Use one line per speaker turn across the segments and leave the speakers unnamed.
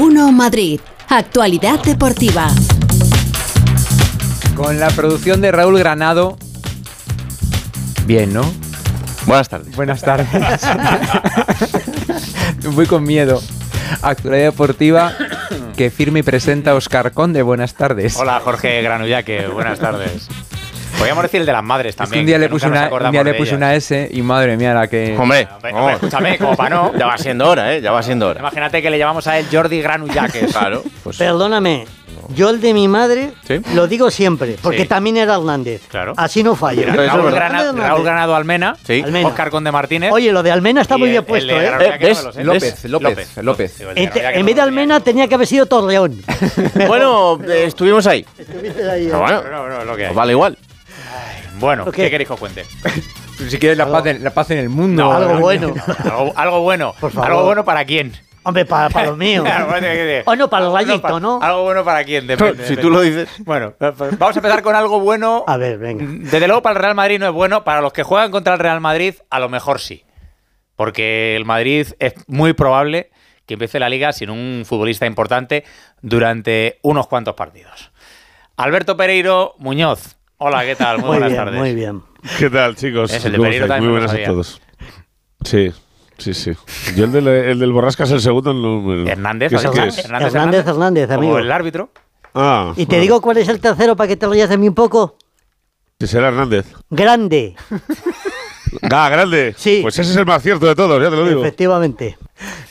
Onda Madrid. Actualidad deportiva.
Con la producción de Raúl Granado. Bien, ¿no?
Buenas tardes.
Buenas tardes. Voy con miedo. Actualidad deportiva que firme y presenta Oscar Conde. Buenas tardes.
Hola Jorge Granullaque, buenas tardes. Podríamos decir el de las madres
Es que
también.
un día
que
le
nunca
puse,
nos
una, un
acordamos
día le
de
puse
ellas.
una S y madre mía la que...
Hombre,
Hombre,
vamos.
hombre, escúchame, como para no.
ya va siendo hora, ¿eh? Ya va siendo
E.
hora.
Imagínate que le llamamos a él Jordi Granullaques.
Claro. Pues,
Perdóname, yo el de mi madre
Sí.
lo digo siempre, porque
Sí.
también era Hernández.
Claro.
Así no falla.
Pero eso es
Raúl,
verdad.
Grana- Raúl Granado Almena,
Sí.
Almena.
Oscar Conde Martínez.
Oye, lo de Almena está
y
muy
el-
bien
el de
puesto, ¿eh?
Granullaque
Eh, ¿ves?
no me lo sé.
López, López, López.
Digo, el de
En, te-
Granullaque
en
no
vez de
lo tenía
Almena
yo.
tenía que haber sido Torreón.
bueno, eh, estuvimos ahí.
Estuviste ahí, ¿eh?
Pero bueno,
Pero no, no, lo que hay.
os vale igual.
Bueno,
¿Lo qué?
¿qué queréis que os cuente?
Si quieres la paz, en, la paz en el mundo.
No,
Madre
algo
mía.
bueno.
Algo, algo bueno.
Por favor.
¿Algo bueno para quién?
Hombre, para, para lo mío.
Claro, Ah, bueno, tiene que decir.
O no, para el
Algo bueno
gallito,
para-
¿no?
Algo bueno para quién, depende.
Si
depende.
tú lo dices.
Bueno, pues vamos a empezar con algo bueno.
A ver, venga.
Desde luego para el Real Madrid no es bueno, para los que juegan contra el Real Madrid a lo mejor sí. Porque el Madrid es muy probable que empiece la liga sin un futbolista importante durante unos cuantos partidos. Alberto Pereiro Muñoz. Hola, ¿qué tal? Muy,
Muy
buenas
bien,
tardes.
muy bien.
¿Qué tal, chicos?
Es el de
¿Cómo
Pereiro
estáis?
también
Muy
me lo
buenas a
sabía.
todos. Sí, sí, sí. Yo el del, el del Borrasca es el segundo en número.
Hernández,
¿Qué es?
¿has
¿Qué
dicho?
es?
Hernández,
Hernández Hernández,
Hernández, como
amigo.
el árbitro.
Ah,
Y te digo cuál es el tercero para que te rías de mí un poco.
que ah. será Hernández.
Grande,
Ah, grande.
Sí.
Pues ese es el más cierto de todos, ya te lo digo.
efectivamente.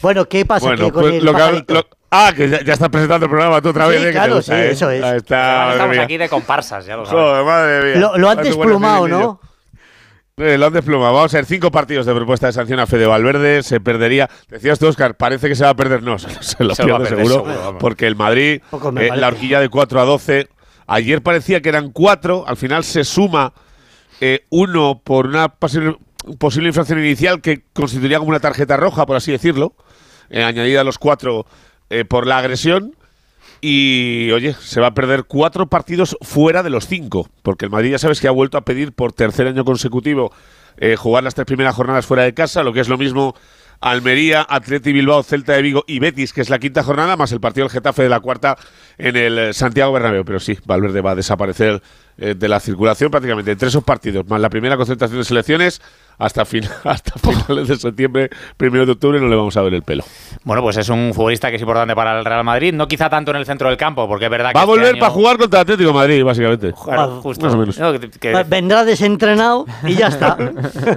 Bueno, ¿qué pasa
Bueno,
que con
pues
el
lo que
pajarito?
lo- Ah, que ya, ya estás presentando el programa tú otra
Sí,
vez. ¿eh? Que te
claro,
gusta,
sí,
¿eh?
eso es.
Ahí está,
Además,
madre
estamos
mía.
aquí de comparsas, ya lo sabes.
Joder, madre mía.
Lo-
Ah,
lo han
Hace buenas
desplumado,
series,
¿no?
niño. Eh, lo han desplumado. Vamos a ver, cinco partidos de propuesta de sanción a Fede Valverde. Se perdería. Decías tú, Oscar, parece que se va a perder. No, se, se lo
Se lo va a
pierde
perder
seguro.
seguro, vamos.
porque el Madrid,
Poco me
eh,
parece.
la horquilla de 4 a 12. Ayer parecía que eran cuatro. Al final se suma eh, uno por una posible, posible infracción inicial que constituiría como una tarjeta roja, por así decirlo. eh, añadida a los cuatro eh, por la agresión. Y oye, se va a perder cuatro partidos fuera de los cinco, porque el Madrid ya sabes que ha vuelto a pedir por tercer año consecutivo eh, jugar las tres primeras jornadas fuera de casa, lo que es lo mismo Almería, Atleti Bilbao, Celta de Vigo y Betis, que es la quinta jornada, más el partido del Getafe de la cuarta en el eh, Santiago Bernabéu. Pero sí, Valverde va a desaparecer eh, de la circulación prácticamente entre esos partidos, más la primera concentración de selecciones. Hasta, fin- hasta finales de septiembre, primero de octubre, no le vamos a ver el pelo.
Bueno, pues es un futbolista que es importante para el Real Madrid. No quizá tanto en el centro del campo, porque es verdad que.
Va a
este
volver
año-
para jugar contra Atlético de Madrid, básicamente.
Claro, justo.
Más o menos.
No, que- que-
Vendrá desentrenado y ya está.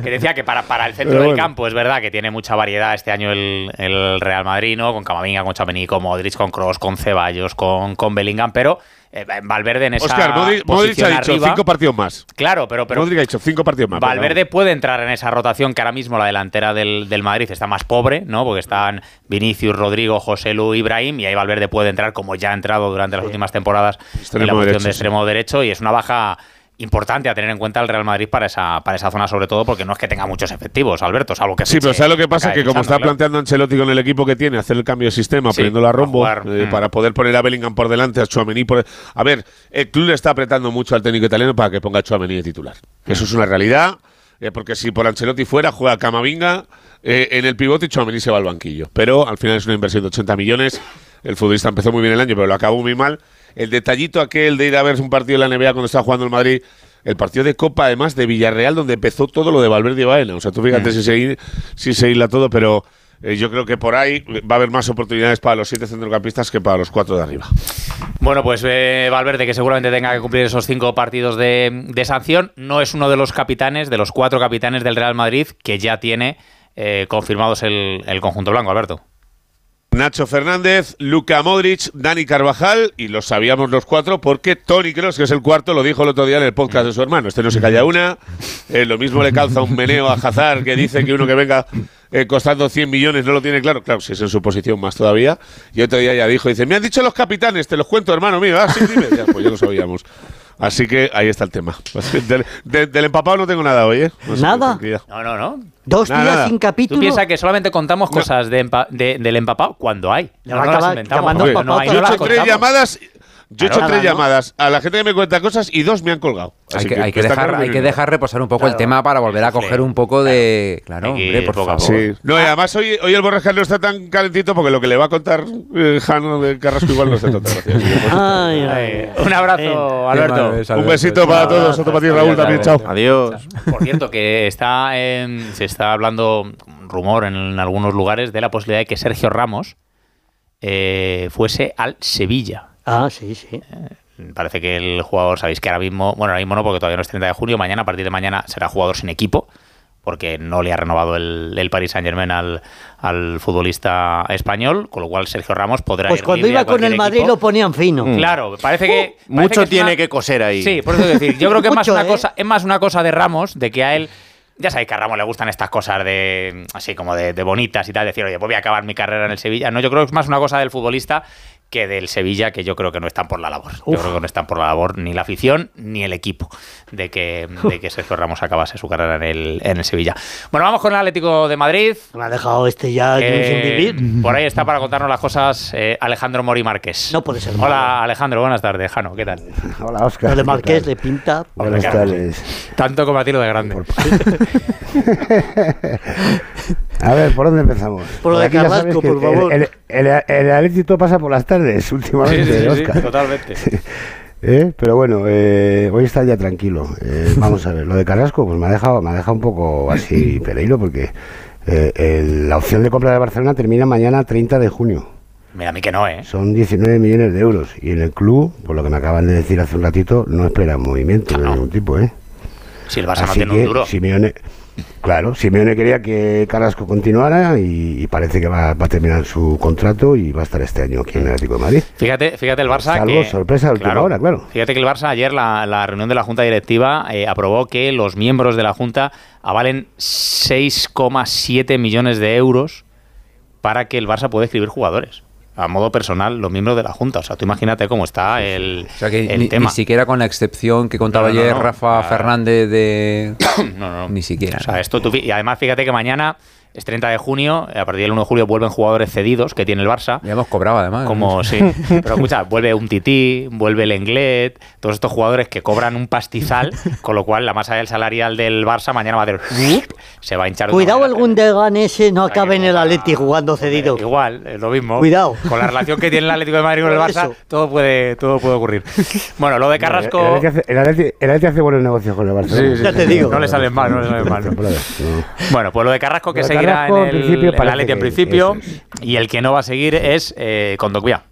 que decía que para, para el centro
Pero
del
bueno.
campo es verdad que tiene mucha variedad este año el, el Real Madrid, ¿no? Con Camavinga, con Chamení, con Modric, con Cross, con Ceballos, con, con Bellingham, pero eh, Valverde en esa
Oscar, Modric, Modric
posición
ha dicho
arriba.
cinco partidos más.
Claro, pero, pero
Modric ha dicho cinco partidos más.
Valverde puede entrar en esa rotación que ahora mismo la delantera del, del Madrid está más pobre, ¿no? Porque están Vinicius, Rodrigo, José Lu, Ibrahim y ahí Valverde puede entrar como ya ha entrado durante las últimas temporadas en la
Extremo
posición
derecho,
de
sí.
extremo derecho y es una baja importante a tener en cuenta el Real Madrid para esa para esa zona sobre todo porque no es que tenga muchos efectivos, Alberto, salvo que
Sí, pero
fiche
¿sabes lo que pasa?
Kaká
Que
y
como
Lozano,
está
claro.
planteando Ancelotti con el equipo que tiene, hacer el cambio de sistema,
Sí,
poniéndolo a
a
rombo,
jugar,
eh,
mm.
para poder poner a Bellingham por delante, a Chouameni por... A ver, el club le está apretando mucho al técnico italiano para que ponga a Chouameni de titular. Eso es una realidad, eh, porque si por Ancelotti fuera, juega Camavinga eh, en el pivote y Chouameni se va al banquillo. Pero al final es una inversión de 80 millones. El futbolista empezó muy bien el año, pero lo acabó muy mal. El detallito aquel de ir a ver un partido de la NBA cuando estaba jugando el Madrid, el partido de Copa, además, de Villarreal, donde empezó todo lo de Valverde y Baena. O sea, tú
Mm.
fíjate si, se, hil- si se hila todo, pero eh, yo creo que por ahí va a haber más oportunidades para los siete centrocampistas que para los cuatro de arriba.
Bueno, pues eh, Valverde, que seguramente tenga que cumplir esos cinco partidos de, de sanción, no es uno de los capitanes, de los cuatro capitanes del Real Madrid que ya tiene eh, confirmados el, el conjunto blanco, Alberto.
Nacho Fernández, Luca Modric, Dani Carvajal, y lo sabíamos los cuatro porque Tony Cross, que es el cuarto, lo dijo el otro día en el podcast de su hermano. Este no se calla una. Eh, lo mismo le calza un meneo a Hazard que dice que uno que venga eh, costando 100 millones no lo tiene claro. Claro, si es en su posición más todavía. Y otro día ya dijo, dice, me han dicho los capitanes, te los cuento, hermano mío. Ah, sí, dime. Ya, pues ya lo sabíamos. Así que ahí está el tema. Del, de- del empapado no tengo nada hoy, ¿eh? No sé,
Nada.
tranquilidad.
No, no, no.
Dos
Nada,
días
nada.
sin
Tú
capítulo.
piensas que solamente contamos cosas de empa- de- del empapado cuando hay.
Le
No,
va a
no las
acabar
inventamos.
llamando
Cuando
Hombre,
empapado
no hay,
yo
no
he
las
hecho tres
contamos.
llamadas Yo he hecho
Claro.
tres
Nada, ¿no?
llamadas a la gente que me cuenta cosas y dos me han colgado.
Hay
Así
que, hay que
está
dejar,
claro
hay que
no.
dejar reposar un poco el
Claro.
tema para volver a
Sufle,
coger un poco de. Claro,
Hay que
hombre, por
ir poco a
favor.
poco.
Sí. No, y además hoy, hoy el Borja no está tan calentito porque lo que le va a contar eh, Jano de Carrasco igual no está tan gracioso.
Ay, ay,
Eh,
ay.
un abrazo,
Bien.
Alberto.
Qué malo es,
pues, Un
Alberto.
besito para todos, otro para ti Raúl también, chao.
Adiós.
Por cierto, que está en- se está hablando un rumor en, algunos lugares de la posibilidad de que Sergio Ramos eh, fuese al Sevilla.
Ah, sí, sí.
Parece que el jugador, sabéis que ahora mismo, bueno, ahora mismo no, porque todavía no es 30 de junio, mañana, a partir de mañana, será jugador sin equipo, porque no le ha renovado el, el Paris Saint Germain al, al futbolista español, con lo cual Sergio Ramos podrá
Pues
ir
cuando
libre a
iba con el
cualquier
Madrid
equipo.
lo ponían fino.
Mm.
Claro, parece que.
Uh,
parece
mucho
es
tiene que coser ahí.
Sí, por eso quiero decir. Yo creo que es más,
Mucho,
una
¿eh?
cosa, es más una cosa de Ramos, de que a él. Ya sabéis que a Ramos le gustan estas cosas de. Así como de, de bonitas y tal, decir, oye, pues voy a acabar mi carrera en el Sevilla. No, yo creo que es más una cosa del futbolista que del Sevilla, que yo creo que no están por la labor. Yo creo que no están por la labor ni la afición ni el equipo de que, de que Sergio Ramos acabase su carrera en el, en el Sevilla. Bueno, vamos con el Atlético de Madrid.
Me ha dejado este ya sin
Eh,
vivir.
por ahí está para contarnos las cosas eh, Alejandro Mori Márquez.
No pues puede ser malo.
Hola Alejandro, buenas tardes. Jano, ¿qué tal?
Hola, Oscar.
Lo de Marqués le pinta.
Buenas
Claro,
tardes.
Tanto como a ti lo de grande.
A ver, ¿por dónde empezamos?
Por lo de
Aquí ya
Carrasco,
sabes que
por
el-
favor.
El, el, el Atlético pasa por las tardes últimamente, Oscar.
totalmente.
¿Eh? Pero bueno, eh, hoy está ya tranquilo. Eh, vamos a ver, lo de Carrasco pues me ha dejado, me ha dejado un poco así pereiro porque eh, el- la opción de compra de Barcelona termina mañana 30 de junio.
Mira, a mí que no, ¿eh?
Son 19 millones de euros y en el club, por lo que me acaban de decir hace un ratito, no esperan movimiento de
No.
ningún tipo. ¿eh?
Si el Barça no
Así
tiene un
que
duro.
Simeone, claro, Simeone quería que Carrasco continuara y, y parece que va, va a terminar su contrato y va a estar este año aquí en el Atlético de Madrid.
Fíjate, fíjate el Barça
Salvo
que...
sorpresa de última hora, claro.
Fíjate que el Barça ayer la, la reunión de la Junta Directiva eh, aprobó que los miembros de la Junta avalen 6,7 millones de euros para que el Barça pueda escribir jugadores. A modo personal, los miembros de la Junta. O sea, tú imagínate cómo está el,
O sea que
el
ni,
tema.
ni siquiera con la excepción que contaba
No, no,
ayer
no,
Rafa
claro.
Fernández de.
No, no.
Ni siquiera.
O sea, esto tú fi- y además fíjate que mañana es 30 de junio, a partir del 1 de julio vuelven jugadores cedidos que tiene el Barça.
Ya hemos cobrado además.
Como sí, pero escucha, vuelve un tití, vuelve el Englet, todos estos jugadores que cobran un pastizal, con lo cual la masa del salarial del Barça mañana va a hacer se va a hinchar. de una
Cuidado
manera
algún
tremenda.
Degan ese no
O sea, que
acabe en el
va-
Atleti jugando
Hombre,
cedido.
Igual, es lo mismo.
Cuidado.
Con la relación que tiene el Atlético de Madrid con el
Por
Barça,
eso.
todo puede, todo puede ocurrir. Bueno, lo de Carrasco.
El Atleti hace, el Atleti- el Atleti hace buenos negocios con el Barcelona.
Sí, sí, Ya sí. te
digo.
No le salen mal, no le salen mal, ¿no?
Temporada, no.
Bueno, pues lo de Carrasco que
Lo de
seguirá
Carrasco,
en
en
el,
principio,
el
parece
Atleti en
que-
principio
eso
y el que no va a seguir es eh, Condovia.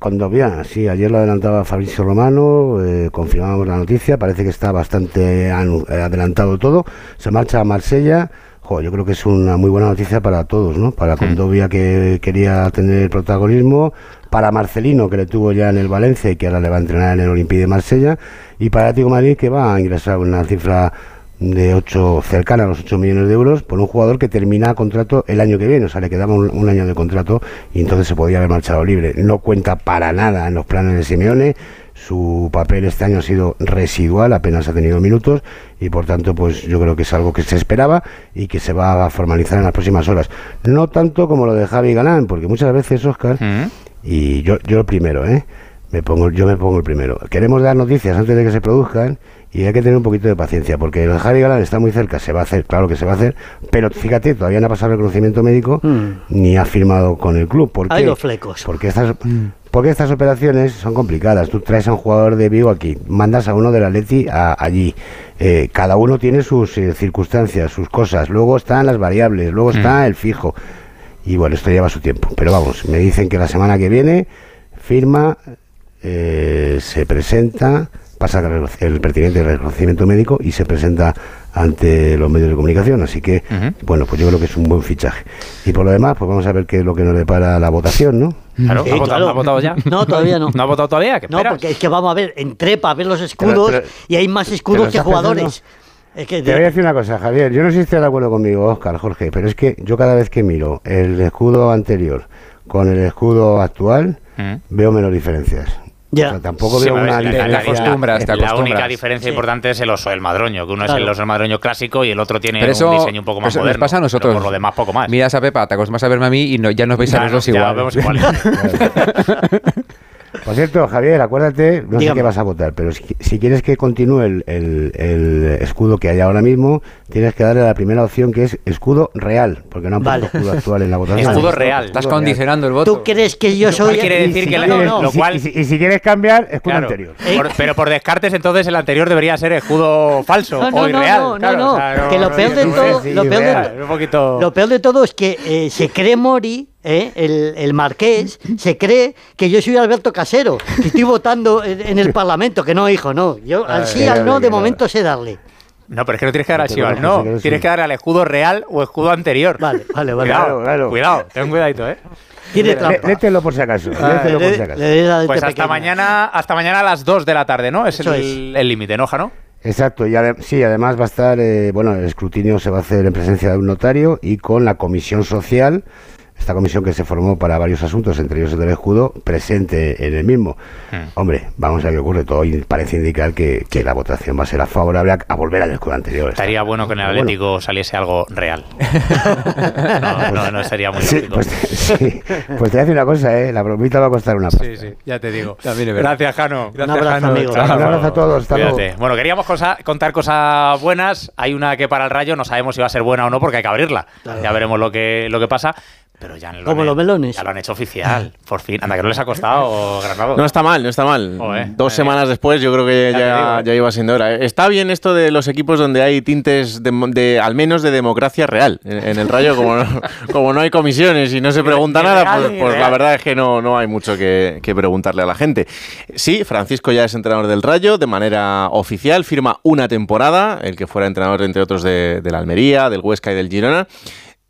Cuando bien, sí, ayer lo adelantaba Fabrizio Romano, eh, confirmábamos la noticia, parece que está bastante anu- eh, adelantado todo, se marcha a Marsella. Jo, yo creo que es una muy buena noticia para todos, ¿no? Para Condovia que quería tener protagonismo, para Marcelino que le tuvo ya en el Valencia y que ahora le va a entrenar en el Olympique de Marsella, y para Atlético de Madrid que va a ingresar una cifra de 8, cercana a los 8 millones de euros, por un jugador que termina contrato el año que viene, o sea, le quedaba un, un año de contrato y entonces se podía haber marchado libre. No cuenta para nada en los planes de Simeone, su papel este año ha sido residual, apenas ha tenido minutos y por tanto, pues yo creo que es algo que se esperaba y que se va a formalizar en las próximas horas. No tanto como lo de Javi Galán, porque muchas veces, Oscar, y yo, yo el primero, ¿eh? Me pongo, yo me pongo el primero. Queremos dar noticias antes de que se produzcan y hay que tener un poquito de paciencia, porque el Javi Galán está muy cerca, se va a hacer, claro que se va a hacer, pero fíjate, todavía no ha pasado el conocimiento médico
Mm.
ni ha firmado con el club. ¿Por
Hay
qué?
los flecos.
Porque estas, porque estas operaciones son complicadas. Tú traes a un jugador de Vigo aquí, mandas a uno del Atleti a- allí. Eh, cada uno tiene sus eh, circunstancias, sus cosas. Luego están las variables,
Mm.
luego está el fijo. Y bueno, esto lleva su tiempo. Pero vamos, me dicen que la semana que viene firma, eh, se presenta, pasa el reconoc- el pertinente reconocimiento médico y se presenta ante los medios de comunicación. Así que,
Ujú.
bueno, pues yo creo que es un buen fichaje. Y por lo demás, pues vamos a ver qué es lo que nos depara la votación, ¿no?
Claro,
Sí,
¿ha, votado,
claro.
ha votado ya?
No, todavía no.
¿No ha votado todavía? ¿Qué
No,
esperas?
porque es que vamos a ver, entré para ver los
lo-
escudos
te lo-
y hay más escudos que
estás
jugadores. Es que
Te voy a decir una cosa, Javier. Yo no sé si estás de acuerdo conmigo, Oscar, Jorge, pero es que yo cada vez que miro el escudo anterior con el escudo actual,
Mm.
veo menos diferencias.
Ya.
O sea, tampoco
Sí,
veo
a ver,
una
la-
te
la-
diferencia.
acostumbras, te
La única
acostumbras.
diferencia
Sí.
importante es el oso del madroño, que uno es
Claro.
el oso del madroño clásico y el otro tiene
Pero eso,
un diseño un poco más
eso
moderno.
nos pasa a
pero
nosotros.
por lo demás, poco más.
Miras a Pepa, te acostumbras a verme a mí y no, ya nos veis a
Ya,
los dos
ya
igual.
vemos igual.
Por cierto, Javier, acuérdate, no sé
Dígame.
qué vas a votar, pero si, si quieres que continúe el, el- el escudo que hay ahora mismo, tienes que darle a la primera opción que es escudo real, porque no han puesto
Vale.
escudo actual en la votación.
Escudo real.
Estás condicionando el voto.
¿Tú crees que yo soy.?
quiere
el-
decir que
No,
la-
no, no.
lo
Y si-
cual-
y, si, y si quieres cambiar, escudo
Claro.
anterior.
Por- pero por descartes, entonces el anterior debería ser escudo falso
No, no,
o
no,
irreal.
no, no,
claro,
no.
o sea,
Que lo peor de
no,
todo-
sí,
lo peor de-
real.
es un poquito.
Lo peor de todo es que eh, se cree Mori, eh, el, el marqués, se cree que yo soy Alberto Casero, que estoy votando en, en el Parlamento, que no, hijo, no. Yo al sí, al no, de momento sé darle.
No, pero es que no tienes que dar al
Te
Chival,
conoces,
no.
que eres
Tienes
un-
que dar al escudo real o escudo anterior.
Vale, vale, vale.
Cuidado,
Claro, claro.
cuidado, ten cuidadito, eh.
Tiene
Lé-
trampa.
Léetelo por si acaso. léetelo por si
Ah, Le-
acaso.
le doy la letra
Pues hasta
pequeña.
mañana, hasta mañana a las 2 de la tarde, ¿no? Es
Eso
el el límite, ¿no, Jano?
Exacto, y ade- sí, además va a estar, eh, bueno, el escrutinio se va a hacer en presencia de un notario y con la comisión social, esta comisión que se formó para varios asuntos, entre ellos el del escudo, presente en el mismo.
Hmm.
Hombre, vamos a ver qué ocurre, todo in- parece indicar que, que la votación va a ser a favorable a, a volver al escudo anterior.
Estaría bueno que en el
Pero bueno.
Atlético saliese algo real. No, no, no sería muy
Sí,
lógico.
pues, sí, pues te voy a decir una cosa, eh, la bromita va a costar una pasta.
Sí, sí, ya te digo.
También es verdad.
Gracias, Jano.
Un abrazo, amigo.
Un abrazo a todos, hasta
Cuídate.
luego.
Bueno, queríamos cosa- contar cosas buenas. Hay una que para el rayo no sabemos si va a ser buena o no porque hay que abrirla.
Claro.
Ya veremos lo que, lo que pasa. Pero ya lo
Como
han-
los melones.
Ya lo han hecho oficial. Por fin. Anda, que no les ha costado, Granado.
No está mal, no está mal.
Joder,
Dos
madre
semanas después yo creo que
Ya
ya,
te digo,
ya,
¿eh?
iba siendo hora. ¿eh? Está bien esto de los equipos donde hay tintes, de, de- al menos de democracia real. En, en el Rayo, como no, como no hay comisiones y no se pregunta
ni
nada,
real,
pues,
ni
pues la
real.
verdad es que no, no hay mucho que, que preguntarle a la gente. Sí, Francisco ya es entrenador del Rayo de manera oficial, firma una temporada, el que fuera entrenador, entre otros, de, de la Almería, del Huesca y del Girona.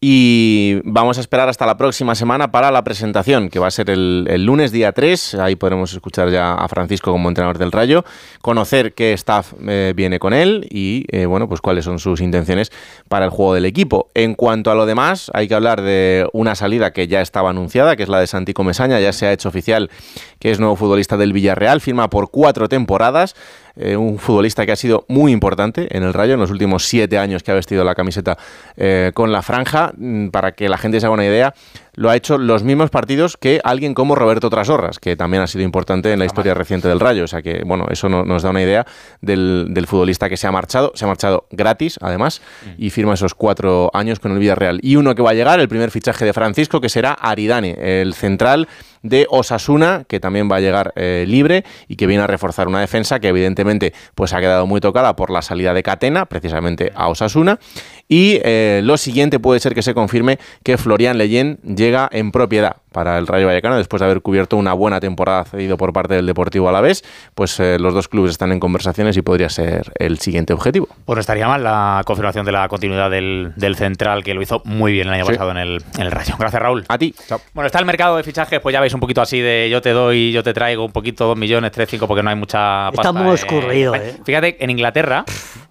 Y vamos a esperar hasta la próxima semana para la presentación, que va a ser el, el lunes día 3. Ahí podremos escuchar ya a Francisco como entrenador del Rayo, conocer qué staff eh, viene con él y, eh, bueno, pues cuáles son sus intenciones para el juego del equipo. En cuanto a lo demás, hay que hablar de una salida que ya estaba anunciada, que es la de Santi Comesaña, ya se ha hecho oficial que es nuevo futbolista del Villarreal, firma por cuatro temporadas, eh, un futbolista que ha sido muy importante en el Rayo en los últimos siete años que ha vestido la camiseta eh, con la franja, Mm, para que la gente se haga una idea, lo ha hecho los mismos partidos que alguien como Roberto Trasorras, que también ha sido importante en la historia reciente del Rayo, o sea que bueno, eso no- nos da una idea del, del futbolista que se ha marchado, se ha marchado gratis además y firma esos cuatro años con el Villarreal. Y uno que va a llegar, el primer fichaje de Francisco, que será Aridane, el central de Osasuna, que también va a llegar eh, libre y que viene a reforzar una defensa que evidentemente pues ha quedado muy tocada por la salida de Catena, precisamente a Osasuna. Y eh, lo siguiente puede ser que se confirme que Florian Leyen llega en propiedad para el Rayo Vallecano después de haber cubierto una buena temporada cedido por parte del Deportivo Alavés, pues eh, los dos clubes están en conversaciones y podría ser el siguiente objetivo.
Pues no estaría mal la confirmación de la continuidad del, del central, que lo hizo muy bien el año
Sí.
pasado en el, en el Rayo. Gracias, Raúl.
A ti. Chao.
Bueno, está el mercado de fichajes, pues ya veis un poquito así de yo te doy, yo te traigo un poquito, dos millones, tres, cinco, porque no hay mucha pasta.
Está muy
en
escurrido,
España.
eh.
Fíjate, en Inglaterra,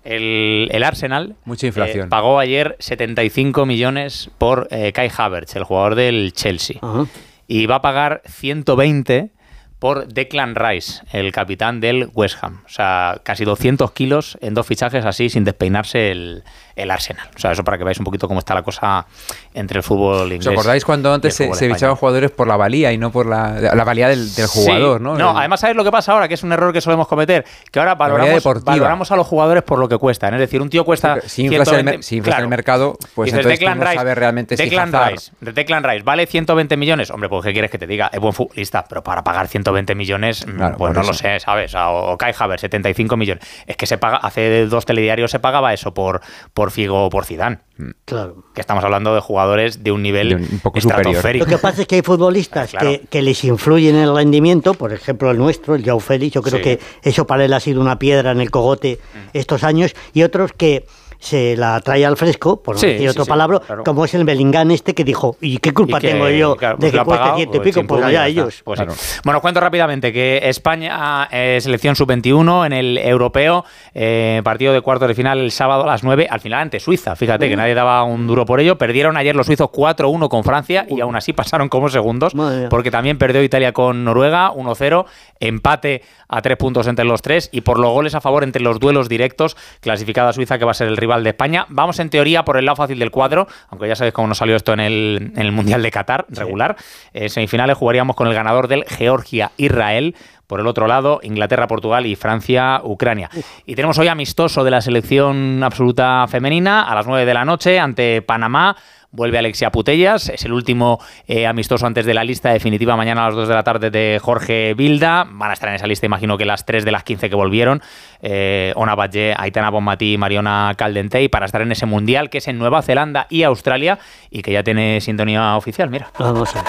el, el Arsenal
Mucha inflación.
eh, pagó ayer 75 millones por eh, Kai Havertz, el jugador del Chelsea.
Ajá.
Y va a pagar 120 por Declan Rice, el capitán del West Ham. O sea, casi 200 kilos en dos fichajes así, sin despeinarse el, el Arsenal. O sea, eso para que veáis un poquito cómo está la cosa entre el fútbol inglés.
¿Os acordáis cuando
y
antes
el
se,
fútbol
se
español?
fichaban jugadores por la valía y no por la, la valía del, del jugador,
Sí.
no? El-
No, además, ¿sabes lo que pasa ahora? Que es un error que solemos cometer. Que ahora
manera
valoramos,
deportiva.
valoramos a los jugadores por lo que cuestan. ¿eh? Es decir, un tío cuesta.
Si inflas, el, mer-
120,
si inflas el
claro.
mercado, pues
Dices,
entonces tú
Declan
no
Rice,
sabes realmente si
Declan
Hazard-
Rice, de Declan Rice vale 120 millones. Hombre, pues ¿qué quieres que te diga? Es buen futbolista, pero para pagar 120 millones, mm,
Claro,
pues
por
no
eso.
lo sé, ¿sabes? O, o Kai Havertz, 75 millones. Es que se paga, hace dos telediarios se pagaba eso por, por Figo o por Zidane.
Claro.
Que estamos hablando de jugadores de un nivel
Mm. De un- un poco superior.
Lo
estratosférico.
que pasa es que hay futbolistas
Claro.
que, que les influyen en el rendimiento, por ejemplo el nuestro, el Joao Félix, yo creo
Sí. Mm.
que eso para él ha sido una piedra en el cogote estos años, y otros que se la trae al fresco, por no
Sí,
decir
sí,
otro
sí,
palabra,
claro.
como es el Belingán este que dijo, ¿y qué culpa
Y que,
tengo yo
claro,
de
pues lo
que
ha
cueste
pagado,
ciento y
pues,
pico?
chimpún,
Pues
ya
allá
está.
ellos.
Pues sí. Bueno, os cuento rápidamente que España, eh, selección sub-21 en el europeo, eh, partido de cuartos de final el sábado a las 9, al final ante Suiza. Fíjate
Mm.
que nadie daba un duro por ello. Perdieron ayer los suizos 4-1 con Francia y aún así pasaron como segundos,
Madre mía.
porque también perdió Italia con Noruega 1-0, empate a tres puntos entre los tres y por los goles a favor entre los duelos directos, clasificada Suiza que va a ser el rival rival de España. Vamos en teoría por el lado fácil del cuadro, aunque ya sabéis cómo nos salió esto en el, en el Mundial de Qatar regular. En semifinales jugaríamos con el ganador del Georgia-Israel. Por el otro lado, Inglaterra, Portugal y Francia, Ucrania. Y tenemos hoy amistoso de la selección absoluta femenina a las 9 de la noche ante Panamá. Vuelve Alexia Putellas, es el último eh, amistoso antes de la lista definitiva mañana a las 2 de la tarde de Jorge Bilda. Van a estar en esa lista, imagino que las 3 de las 15 que volvieron. Eh, Ona Valle, Aitana Bonmatí, Mariona Caldentey, para estar en ese mundial que es en Nueva Zelanda y Australia y que ya tiene sintonía oficial. Mira.
Vamos a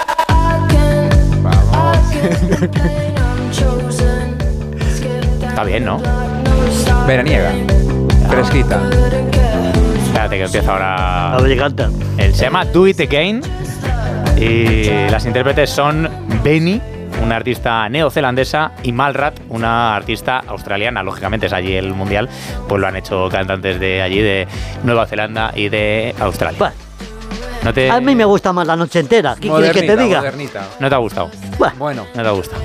ver.
Está bien, ¿no?
Veraniega. Fresquita.
Espérate que empieza ahora.
A ver, me encanta.
El se llama Do It Again y las intérpretes son Benny, una artista neozelandesa, y Malrat, una artista australiana. Lógicamente es allí el mundial, pues lo han hecho cantantes de allí, de Nueva Zelanda y de Australia.
Bueno,
No te,
a mí me gusta más la noche entera. ¿Qué quieres que te
Modernita,
diga?
modernita.
no te ha gustado,
Bueno,
Bueno,
no te ha gustado.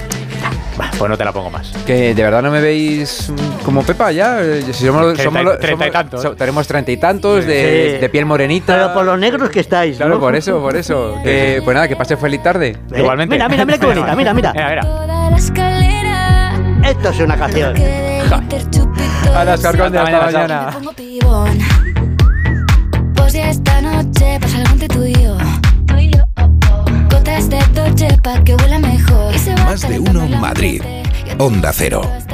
Bah, Pues no te la pongo más.
que de verdad no me veis mm, como Pepa ya. eh, Si somos,
Treinta y-
somos los-
treinta y
somos-
tantos.
so- tenemos treinta y tantos de,
Sí.
de piel morenita.
pero por los negros que estáis.
Claro,
¿no?
por eso, por eso. Que, pues nada, que pase feliz tarde.
Eh,
Igualmente. Eh.
Mira, mira, mira qué bonita, mira, mira.
Mira, mira.
Toda la escalera
Esto es una canción.
que de glitter chupitos.
A las carconde, hasta
mañana, chao.
Me
mañana.
pongo pibón. Pues ya esta noche pasa algo entre tú y yo. oh, Gotas de Dolce pa' que huela mejor. Y se va
Más de uno
calentando la
Madrid.
mente.
Onda Cero.